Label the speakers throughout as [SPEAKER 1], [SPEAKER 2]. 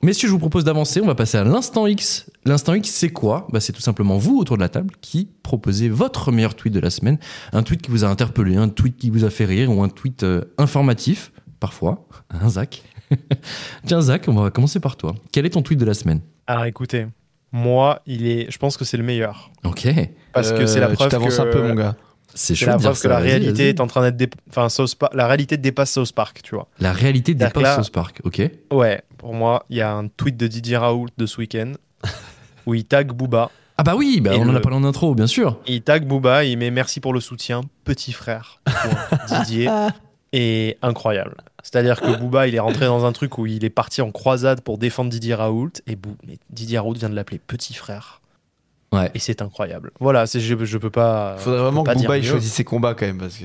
[SPEAKER 1] Messieurs, je vous propose d'avancer. On va passer à l'instant X. L'instant X, c'est quoi bah, C'est tout simplement vous autour de la table qui proposez votre meilleur tweet de la semaine. Un tweet qui vous a interpellé, un tweet qui vous a fait rire ou un tweet euh, informatif, parfois. Un Zach. Tiens, Zach, on va commencer par toi. Quel est ton tweet de la semaine
[SPEAKER 2] Alors écoutez, moi, il est, je pense que c'est le meilleur.
[SPEAKER 1] Ok.
[SPEAKER 2] Parce que
[SPEAKER 3] Euh,
[SPEAKER 2] c'est la preuve
[SPEAKER 3] Tu t'avances
[SPEAKER 2] que-
[SPEAKER 3] un peu, mon gars.
[SPEAKER 1] C'est
[SPEAKER 2] C'est
[SPEAKER 1] chouette.
[SPEAKER 2] la
[SPEAKER 1] de dire
[SPEAKER 2] preuve que
[SPEAKER 1] ça,
[SPEAKER 2] la
[SPEAKER 1] vas-y,
[SPEAKER 2] réalité
[SPEAKER 1] vas-y.
[SPEAKER 2] est en train d'être. dé- Enfin, South Park- la réalité dépasse South Park, tu vois.
[SPEAKER 1] La réalité
[SPEAKER 2] C'est-à-dire que
[SPEAKER 1] dépasse
[SPEAKER 2] là-
[SPEAKER 1] South Park. Ok.
[SPEAKER 2] Ouais, pour moi, il y a un tweet de Didier Raoult de ce week-end où il tag Booba.
[SPEAKER 1] Ah bah oui, bah,
[SPEAKER 2] Et
[SPEAKER 1] on en a
[SPEAKER 2] le-
[SPEAKER 1] parlé en intro, bien sûr.
[SPEAKER 2] Il tag Booba, il met merci pour le soutien, petit frère. Point. Didier est incroyable. C'est-à-dire que Booba, il est rentré dans un truc où il est parti en croisade pour défendre Didier Raoult et Bou- mais Didier Raoult vient de l'appeler petit frère.
[SPEAKER 1] Ouais.
[SPEAKER 2] Et c'est incroyable. Voilà, c'est- je, je peux pas.
[SPEAKER 3] Faudrait vraiment
[SPEAKER 2] pas
[SPEAKER 3] que
[SPEAKER 2] dire
[SPEAKER 3] Booba il
[SPEAKER 2] mieux.
[SPEAKER 3] choisisse ses combats quand même parce que.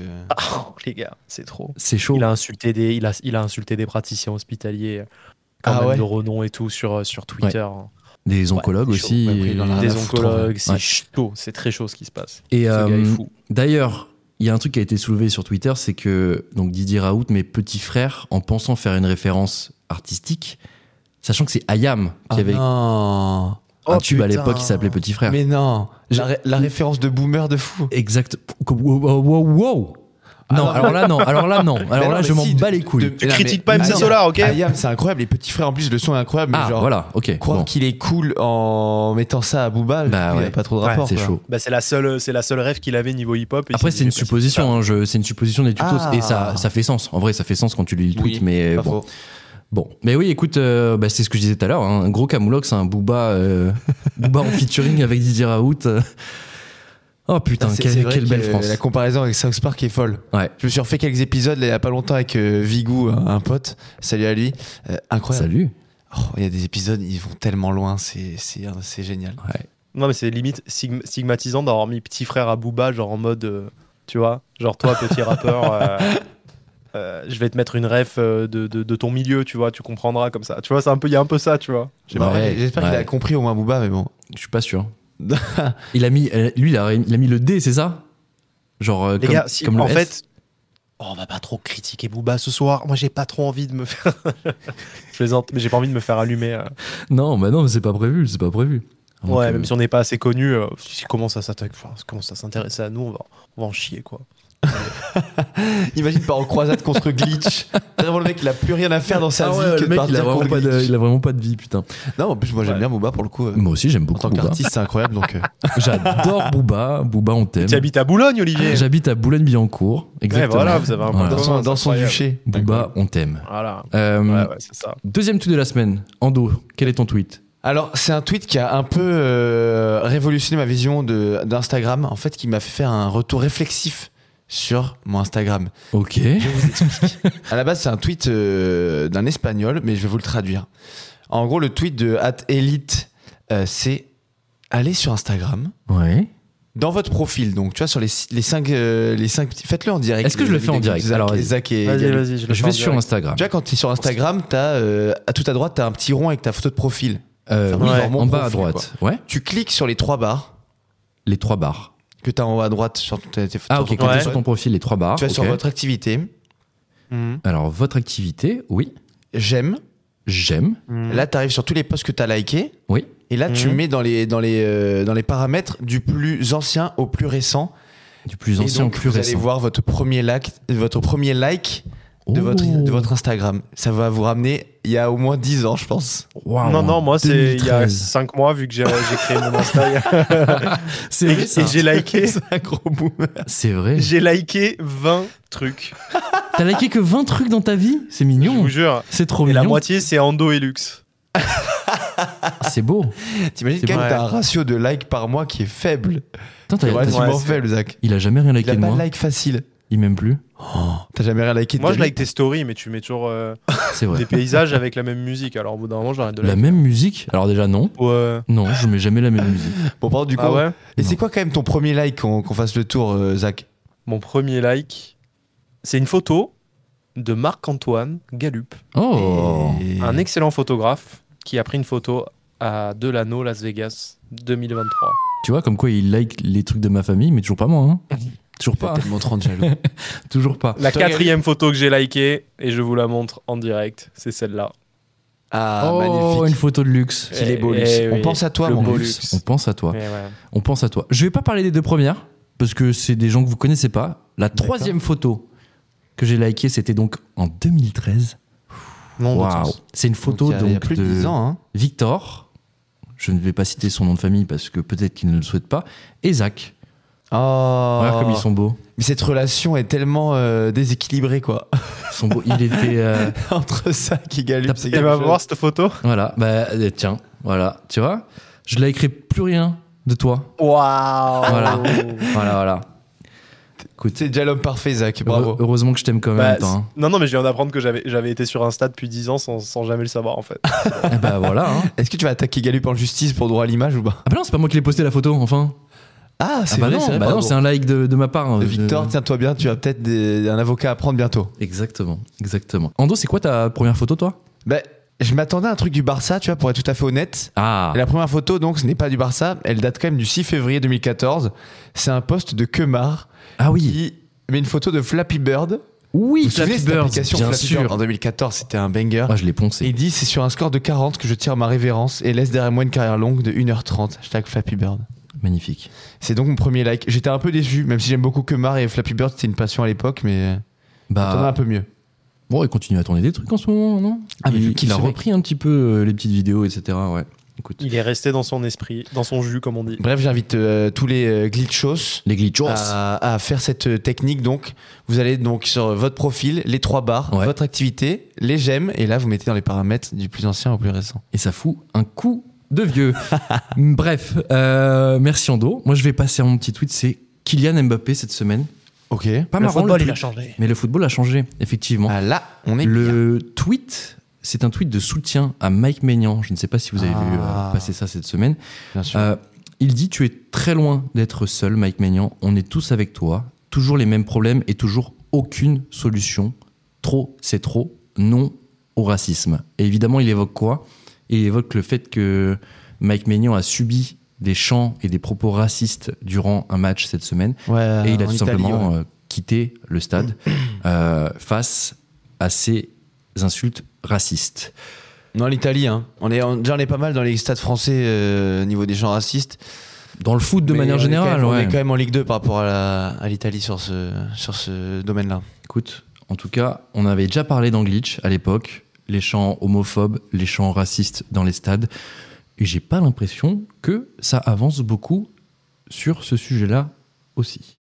[SPEAKER 2] Oh, les gars, c'est trop.
[SPEAKER 1] C'est chaud.
[SPEAKER 2] Il a insulté des, il a, il a insulté des praticiens hospitaliers euh, quand
[SPEAKER 3] Ah
[SPEAKER 2] même
[SPEAKER 3] ouais
[SPEAKER 2] de renom et tout sur, euh, sur Twitter.
[SPEAKER 1] Des oncologues
[SPEAKER 2] Ouais, c'est
[SPEAKER 1] aussi.
[SPEAKER 3] chaud. Ouais, après, il en
[SPEAKER 1] Ah,
[SPEAKER 3] a rien
[SPEAKER 2] Des
[SPEAKER 3] à foutre, en
[SPEAKER 2] oncologues, c'est
[SPEAKER 1] Ouais.
[SPEAKER 2] chaud, c'est très chaud ce qui se passe.
[SPEAKER 1] Et
[SPEAKER 2] Ce gars est
[SPEAKER 1] euh,
[SPEAKER 2] fou.
[SPEAKER 1] d'ailleurs, il y a un truc qui a été soulevé sur Twitter, c'est que donc Didier Raoult, mes petits frères, en pensant faire une référence artistique, sachant que c'est Ayam
[SPEAKER 3] Ah
[SPEAKER 1] qui avait
[SPEAKER 3] non.
[SPEAKER 1] un
[SPEAKER 2] Oh,
[SPEAKER 1] tube à
[SPEAKER 2] putain.
[SPEAKER 1] l'époque qui s'appelait Petit Frère.
[SPEAKER 3] Mais non. La, ré- la référence de boomer de fou.
[SPEAKER 1] Exact. Wow, wow, wow, wow.
[SPEAKER 3] Ah
[SPEAKER 1] non,
[SPEAKER 3] non,
[SPEAKER 1] alors là non, alors là non, alors
[SPEAKER 3] Mais non,
[SPEAKER 1] là
[SPEAKER 3] mais
[SPEAKER 1] je m'en
[SPEAKER 3] si,
[SPEAKER 1] bats
[SPEAKER 3] de-
[SPEAKER 1] les couilles.
[SPEAKER 3] de-
[SPEAKER 2] Tu
[SPEAKER 3] Non,
[SPEAKER 2] critiques
[SPEAKER 3] mais-
[SPEAKER 2] pas M.
[SPEAKER 3] Ah,
[SPEAKER 2] Solar, ok
[SPEAKER 3] Ayam, c'est incroyable. Les petits frères, en plus, le son est incroyable. mais
[SPEAKER 1] Ah
[SPEAKER 3] genre,
[SPEAKER 1] voilà, ok.
[SPEAKER 3] croire
[SPEAKER 1] bon,
[SPEAKER 3] qu'il est cool en mettant ça à Booba,
[SPEAKER 1] Bah
[SPEAKER 3] il
[SPEAKER 1] ouais.
[SPEAKER 3] a pas trop de
[SPEAKER 2] Ouais,
[SPEAKER 3] rapport.
[SPEAKER 1] c'est
[SPEAKER 3] quoi.
[SPEAKER 1] chaud.
[SPEAKER 2] Bah, c'est la seule, c'est la seule rêve qu'il avait niveau hip-hop. et il
[SPEAKER 1] Après
[SPEAKER 2] s'est
[SPEAKER 1] c'est
[SPEAKER 2] dit,
[SPEAKER 1] une
[SPEAKER 2] je vais
[SPEAKER 1] supposition, hein, je- c'est une supposition des tutos
[SPEAKER 3] Ah.
[SPEAKER 1] et ça ça fait sens. En vrai ça fait sens quand tu lis le tweet,
[SPEAKER 3] Oui,
[SPEAKER 1] mais
[SPEAKER 3] Pas
[SPEAKER 1] bon.
[SPEAKER 3] faux.
[SPEAKER 1] Bon, mais oui, écoute, euh, bah, c'est ce que je disais tout à l'heure, hein, un gros camoulox, un Booba, euh, Booba en featuring avec Didier Raoult. euh. Oh putain,
[SPEAKER 3] Ah, Bah, C'est-
[SPEAKER 1] quelle,
[SPEAKER 3] c'est vrai
[SPEAKER 1] quelle
[SPEAKER 3] que
[SPEAKER 1] belle France.
[SPEAKER 3] La comparaison avec South Park est folle.
[SPEAKER 1] Ouais,
[SPEAKER 3] Je me suis refait quelques épisodes là, il y a pas longtemps avec euh, Vigou, un, un pote. Salut à lui. Euh, incroyable.
[SPEAKER 1] salut.
[SPEAKER 3] Oh, Il y a des épisodes, ils vont tellement loin, c'est c'est- c'est génial.
[SPEAKER 1] Ouais.
[SPEAKER 2] faire- Non, mais c'est limite stigm- stigmatisant d'avoir mis petit frère à Booba, genre en mode, euh, tu vois, genre toi, petit rappeur. euh, euh, je vais te mettre une ref euh, de, de- de ton milieu, tu vois, tu comprendras comme ça. Tu vois, c'est un peu, il y a un peu ça, tu vois.
[SPEAKER 3] J'aimerais-
[SPEAKER 1] Bah Ouais,
[SPEAKER 3] J'espère
[SPEAKER 1] ouais.
[SPEAKER 3] qu'il a compris au moins Booba, mais bon.
[SPEAKER 1] Je suis pas sûr. il a mis, euh, lui, il a, il a mis le D, c'est ça Genre euh,
[SPEAKER 2] Les
[SPEAKER 1] comme,
[SPEAKER 2] gars, si-
[SPEAKER 1] comme le
[SPEAKER 2] en
[SPEAKER 1] S.
[SPEAKER 2] fait, Oh, on va pas trop critiquer Booba ce soir. Moi, j'ai pas trop envie de me faire. je plaisante, mais j'ai pas envie de me faire allumer. euh.
[SPEAKER 1] Non, bah non, mais c'est pas prévu, c'est pas prévu. Donc,
[SPEAKER 2] Ouais,
[SPEAKER 1] euh,
[SPEAKER 2] même si on n'est pas assez connu, euh, si- comment ça s'attaque, enfin, comment ça s'intéresser à nous, on va, on va en chier quoi.
[SPEAKER 3] Imagine par en croisade contre Glitch. Vraiment, le mec, il a plus rien à faire dans sa
[SPEAKER 1] Ah
[SPEAKER 3] vie
[SPEAKER 1] ouais,
[SPEAKER 3] que
[SPEAKER 1] le
[SPEAKER 3] de
[SPEAKER 1] mec, il a,
[SPEAKER 3] partir
[SPEAKER 1] vraiment
[SPEAKER 3] contre
[SPEAKER 1] pas de,
[SPEAKER 3] Glitch.
[SPEAKER 1] il a vraiment pas de vie, putain.
[SPEAKER 3] Non, en plus, moi, j'aime
[SPEAKER 2] Ouais.
[SPEAKER 3] bien Booba pour le coup. euh,
[SPEAKER 1] Moi aussi, j'aime
[SPEAKER 3] En
[SPEAKER 1] beaucoup
[SPEAKER 3] tant
[SPEAKER 1] Booba.
[SPEAKER 3] qu'artiste, c'est incroyable. Donc, euh,
[SPEAKER 1] J'adore Booba. Booba, on t'aime.
[SPEAKER 2] Tu habites à Boulogne, Olivier
[SPEAKER 1] Ah, J'habite à Boulogne-Billancourt.
[SPEAKER 2] Ouais,
[SPEAKER 1] Exactement.
[SPEAKER 2] voilà, vous avez un point
[SPEAKER 1] Voilà.
[SPEAKER 3] dans son,
[SPEAKER 2] commun,
[SPEAKER 3] dans
[SPEAKER 2] c'est
[SPEAKER 3] son
[SPEAKER 2] incroyable.
[SPEAKER 3] duché.
[SPEAKER 1] Booba, on t'aime.
[SPEAKER 2] Voilà.
[SPEAKER 1] Euh,
[SPEAKER 2] Ouais, ouais, c'est ça.
[SPEAKER 1] Deuxième tweet de la semaine. Ando, quel est ton tweet
[SPEAKER 3] Alors, c'est un tweet qui a un peu euh, révolutionné ma vision de- d'Instagram, en fait, qui m'a fait faire un retour réflexif sur mon Instagram.
[SPEAKER 1] Ok.
[SPEAKER 3] Je vous explique. à la base, c'est un tweet euh, d'un espagnol, mais je vais vous le traduire. En gros, le tweet de Elite, euh, c'est aller sur Instagram,
[SPEAKER 1] Ouais.
[SPEAKER 3] dans votre profil, donc tu vois, sur les, les cinq. euh, les cinq petits- Faites-le en direct.
[SPEAKER 1] Est-ce que je le fais en direct
[SPEAKER 3] Zach,
[SPEAKER 1] Alors, vas-y.
[SPEAKER 3] Zach et
[SPEAKER 2] Vas-y,
[SPEAKER 3] Galou.
[SPEAKER 2] vas-y, je,
[SPEAKER 1] Je, vais sur Instagram.
[SPEAKER 3] Tu vois, quand tu es sur Instagram, as, à tout à droite, tu as un petit rond avec ta photo de profil.
[SPEAKER 1] Euh,
[SPEAKER 3] Enfin,
[SPEAKER 1] oui,
[SPEAKER 2] ouais,
[SPEAKER 1] en
[SPEAKER 3] mon
[SPEAKER 1] bas à
[SPEAKER 3] profil,
[SPEAKER 1] droite. Ouais.
[SPEAKER 3] Tu cliques sur les trois barres
[SPEAKER 1] Les trois barres.
[SPEAKER 3] que tu as en haut à droite sur tes, tes photos.
[SPEAKER 1] Ah, ok. Quand
[SPEAKER 2] Ouais.
[SPEAKER 1] t'es sur ton profil, les trois barres.
[SPEAKER 3] Tu vas sur
[SPEAKER 1] ok.
[SPEAKER 3] votre activité,
[SPEAKER 2] Mhm.
[SPEAKER 1] Alors, votre activité, oui.
[SPEAKER 3] j'aime.
[SPEAKER 1] J'aime.
[SPEAKER 2] Mhm.
[SPEAKER 3] Là, tu arrives sur tous les posts que tu as likés.
[SPEAKER 1] Oui.
[SPEAKER 3] Et là, tu
[SPEAKER 2] Mhm.
[SPEAKER 3] mets dans les, dans, les, euh, dans les paramètres du plus ancien au plus récent.
[SPEAKER 1] Du plus
[SPEAKER 3] et
[SPEAKER 1] ancien au
[SPEAKER 3] donc,
[SPEAKER 1] plus
[SPEAKER 3] vous allez
[SPEAKER 1] récent.
[SPEAKER 3] voir votre premier, like, votre premier like de,
[SPEAKER 1] Oh.
[SPEAKER 3] votre, de votre Instagram. Ça va vous ramener il y a au moins 10 ans, je pense.
[SPEAKER 1] Waouh,
[SPEAKER 2] non, non, moi, c'est il y a
[SPEAKER 1] 2013.
[SPEAKER 2] 5 mois, vu que j'ai j'ai créé mon Insta. il y a-
[SPEAKER 1] C'est vrai, ça.
[SPEAKER 2] et j'ai liké,
[SPEAKER 3] C'est un gros boomer.
[SPEAKER 1] C'est vrai.
[SPEAKER 2] j'ai liké 20 trucs.
[SPEAKER 1] T'as liké que 20 trucs dans ta vie C'est
[SPEAKER 2] Je
[SPEAKER 1] mignon.
[SPEAKER 2] vous jure.
[SPEAKER 1] C'est trop
[SPEAKER 2] Et la
[SPEAKER 1] mignon. Ah,
[SPEAKER 2] moitié, c'est Ando et Lux.
[SPEAKER 1] C'est beau.
[SPEAKER 3] T'imagines
[SPEAKER 1] C'est
[SPEAKER 3] quand
[SPEAKER 2] vrai.
[SPEAKER 3] même, t'as un ratio de likes par mois qui est faible.
[SPEAKER 1] Putain,
[SPEAKER 3] C'est
[SPEAKER 1] t'as- t'as-
[SPEAKER 3] relativement
[SPEAKER 2] c'est-
[SPEAKER 3] faible, Zach.
[SPEAKER 1] Il a jamais rien
[SPEAKER 3] Il a
[SPEAKER 1] liké de
[SPEAKER 3] pas de
[SPEAKER 1] moi.
[SPEAKER 3] like facile.
[SPEAKER 1] Il m'aime plus.
[SPEAKER 3] T'as jamais rien liké de
[SPEAKER 2] Moi,
[SPEAKER 3] ta
[SPEAKER 2] je
[SPEAKER 3] vie.
[SPEAKER 2] like tes stories, mais tu mets toujours euh,
[SPEAKER 1] C'est
[SPEAKER 2] des
[SPEAKER 1] vrai.
[SPEAKER 2] paysages avec la même musique. Alors, au bout d'un moment, j'arrête de
[SPEAKER 1] La
[SPEAKER 2] liker.
[SPEAKER 1] même musique Alors, déjà, non.
[SPEAKER 2] Ouais.
[SPEAKER 1] Non, je mets jamais la même musique.
[SPEAKER 3] Bon, par contre, du coup.
[SPEAKER 2] Ah ouais
[SPEAKER 3] Et c'est
[SPEAKER 1] Non.
[SPEAKER 3] quoi quand même ton premier like qu'on qu'on fasse le tour, euh, Zach
[SPEAKER 2] Mon premier like, c'est une photo de Marc-Antoine Gallup,
[SPEAKER 1] Oh
[SPEAKER 3] Et-
[SPEAKER 2] un excellent photographe qui a pris une photo à Delano, Las Vegas, 2023.
[SPEAKER 1] Tu vois, comme quoi il like les trucs de ma famille, mais toujours pas moi. hein. Toujours
[SPEAKER 3] T'as
[SPEAKER 1] pas.
[SPEAKER 3] tellement trop de jaloux.
[SPEAKER 1] toujours pas.
[SPEAKER 2] La
[SPEAKER 3] Toi,
[SPEAKER 2] quatrième photo que j'ai likée, et je vous la montre en direct, c'est celle-là.
[SPEAKER 3] Ah,
[SPEAKER 1] oh,
[SPEAKER 3] magnifique.
[SPEAKER 1] une photo de luxe.
[SPEAKER 3] Qu'il est beau,
[SPEAKER 2] Eh,
[SPEAKER 3] Luxe.
[SPEAKER 2] eh
[SPEAKER 3] On
[SPEAKER 2] oui,
[SPEAKER 3] pense à toi,
[SPEAKER 2] le
[SPEAKER 3] mon
[SPEAKER 2] beau
[SPEAKER 3] Luxe.
[SPEAKER 2] luxe.
[SPEAKER 1] On pense à toi.
[SPEAKER 2] Mais ouais.
[SPEAKER 1] On pense à toi. Je vais pas parler des deux premières parce que c'est des gens que vous connaissez pas. La troisième photo que j'ai likée, c'était donc en 2013.
[SPEAKER 2] Non, dans le
[SPEAKER 1] Waouh.
[SPEAKER 2] sens.
[SPEAKER 1] C'est une photo
[SPEAKER 3] Donc, il y a- il y a
[SPEAKER 1] donc,
[SPEAKER 3] plus de 10 ans. hein.
[SPEAKER 1] Victor. Je ne vais pas citer son nom de famille parce que peut-être qu'il ne le souhaite pas. Et Zach.
[SPEAKER 3] Oh.
[SPEAKER 1] Regarde comme ils sont beaux.
[SPEAKER 3] Mais cette relation est tellement euh, déséquilibrée, quoi.
[SPEAKER 1] Ils sont beaux. Il était. euh,
[SPEAKER 3] Entre ça qui galupe, c'est
[SPEAKER 2] Et
[SPEAKER 3] quelque
[SPEAKER 2] va
[SPEAKER 3] chose.
[SPEAKER 2] voir cette photo.
[SPEAKER 1] voilà. Bah, euh, tiens. Voilà. Tu vois Je ne écrit plus rien de toi.
[SPEAKER 2] Waouh.
[SPEAKER 1] Voilà. Voilà, voilà.
[SPEAKER 3] C'est déjà l'homme parfait, Zach. Bravo.
[SPEAKER 1] Heure- Heureusement que je t'aime quand même.
[SPEAKER 2] Bah,
[SPEAKER 1] toi, hein.
[SPEAKER 2] Non, non, mais je viens d'apprendre que j'avais j'avais été sur Insta depuis 10 ans sans, sans jamais le savoir en fait.
[SPEAKER 1] Eh bah voilà. hein.
[SPEAKER 3] Est-ce que tu vas attaquer Galup en justice pour droit à l'image ou pas
[SPEAKER 1] Ah bah non, c'est pas moi qui l'ai posté la photo, enfin.
[SPEAKER 3] Ah,
[SPEAKER 1] Ah bah non, bah non, c'est un like de, de ma part. hein.
[SPEAKER 3] Euh, Victor,
[SPEAKER 1] Je-
[SPEAKER 3] tiens-toi bien, tu as peut-être des- un avocat à prendre bientôt.
[SPEAKER 1] Exactement, exactement. Ando, c'est quoi ta première photo, toi
[SPEAKER 3] Bah, je m'attendais à un truc du Barça, tu vois, pour être tout à fait honnête.
[SPEAKER 1] Ah,
[SPEAKER 3] La première photo, donc, ce n'est pas du Barça, elle date quand même du 6 février 2014. C'est un poste de Kemar
[SPEAKER 1] ah oui,
[SPEAKER 3] qui met une photo de Flappy Bird.
[SPEAKER 1] oui,
[SPEAKER 3] Vous vous
[SPEAKER 1] Flappy
[SPEAKER 3] souvenez de cette
[SPEAKER 1] Bird,
[SPEAKER 3] application
[SPEAKER 1] bien
[SPEAKER 3] Flappy Bird
[SPEAKER 1] sûr.
[SPEAKER 3] En 2014, c'était un banger.
[SPEAKER 1] Ah, je l'ai
[SPEAKER 3] Et
[SPEAKER 1] poncé.
[SPEAKER 3] il dit c'est sur un score de 40 que je tire ma révérence et laisse derrière moi une carrière longue de 1h30. Hashtag Flappy Bird.
[SPEAKER 1] Magnifique.
[SPEAKER 3] C'est donc mon premier like. J'étais un peu déçu, même si j'aime beaucoup Kemar et Flappy Bird, c'était une passion à l'époque, mais on a un
[SPEAKER 1] Bah,
[SPEAKER 3] peu mieux.
[SPEAKER 1] bon, il continue à tourner des trucs en ce moment, non
[SPEAKER 3] Ah, mais je
[SPEAKER 1] Il,
[SPEAKER 3] kiffe
[SPEAKER 1] il a
[SPEAKER 3] ce mec.
[SPEAKER 1] repris un petit peu euh, les petites vidéos, etc. Ouais, écoute.
[SPEAKER 2] Il est resté dans son esprit, dans son jus, comme on dit.
[SPEAKER 3] Bref, j'invite euh, tous les euh, glitchos
[SPEAKER 1] Les glitchos.
[SPEAKER 3] à, à faire cette euh, technique. Donc, vous allez donc sur votre profil, les trois barres,
[SPEAKER 1] Ouais.
[SPEAKER 3] votre activité, les j'aime, et là vous mettez dans les paramètres du plus ancien au plus récent.
[SPEAKER 1] Et ça fout un coup de vieux. Bref, euh, merci Ando. Moi, je vais passer à mon petit tweet, c'est Kylian Mbappé cette semaine.
[SPEAKER 3] Ok.
[SPEAKER 1] Pas
[SPEAKER 2] Le
[SPEAKER 1] marrant
[SPEAKER 2] football,
[SPEAKER 1] le
[SPEAKER 2] il a
[SPEAKER 1] tweet,
[SPEAKER 2] changé.
[SPEAKER 1] mais le football a changé, effectivement.
[SPEAKER 3] Ah, là, on est bien.
[SPEAKER 1] Le tweet, c'est un tweet de soutien à Mike Maignan. Je ne sais pas si vous avez vu
[SPEAKER 3] Ah.
[SPEAKER 1] euh, passer ça cette semaine.
[SPEAKER 3] bien sûr.
[SPEAKER 1] Euh, il dit Tu es très loin d'être seul, Mike Maignan. On est tous avec toi. Toujours les mêmes problèmes et toujours aucune solution. Trop, c'est trop. Non au racisme. Et évidemment, il évoque quoi Il évoque le fait que Mike Maignan a subi des chants et des propos racistes durant un match cette semaine
[SPEAKER 3] Ah, Ouais,
[SPEAKER 1] et il a
[SPEAKER 3] en
[SPEAKER 1] tout
[SPEAKER 3] Italie, ouais.
[SPEAKER 1] simplement euh, quitté le stade euh, face à ces insultes racistes.
[SPEAKER 3] Non, l'Italie, hein. On est, on- déjà, on est pas mal dans les stades français euh, au niveau des gens racistes.
[SPEAKER 1] Dans le foot de
[SPEAKER 3] Mais on
[SPEAKER 1] manière
[SPEAKER 3] est
[SPEAKER 1] générale,
[SPEAKER 3] quand même- On est
[SPEAKER 1] ouais.
[SPEAKER 3] quand même en Ligue 2 par rapport à la- à l'Italie sur ce, sur ce domaine-là.
[SPEAKER 1] Écoute, en tout cas, on avait déjà parlé d'Anglitch à l'époque, les chants homophobes, les chants racistes dans les stades, et j'ai pas l'impression que ça avance beaucoup sur ce sujet-là aussi.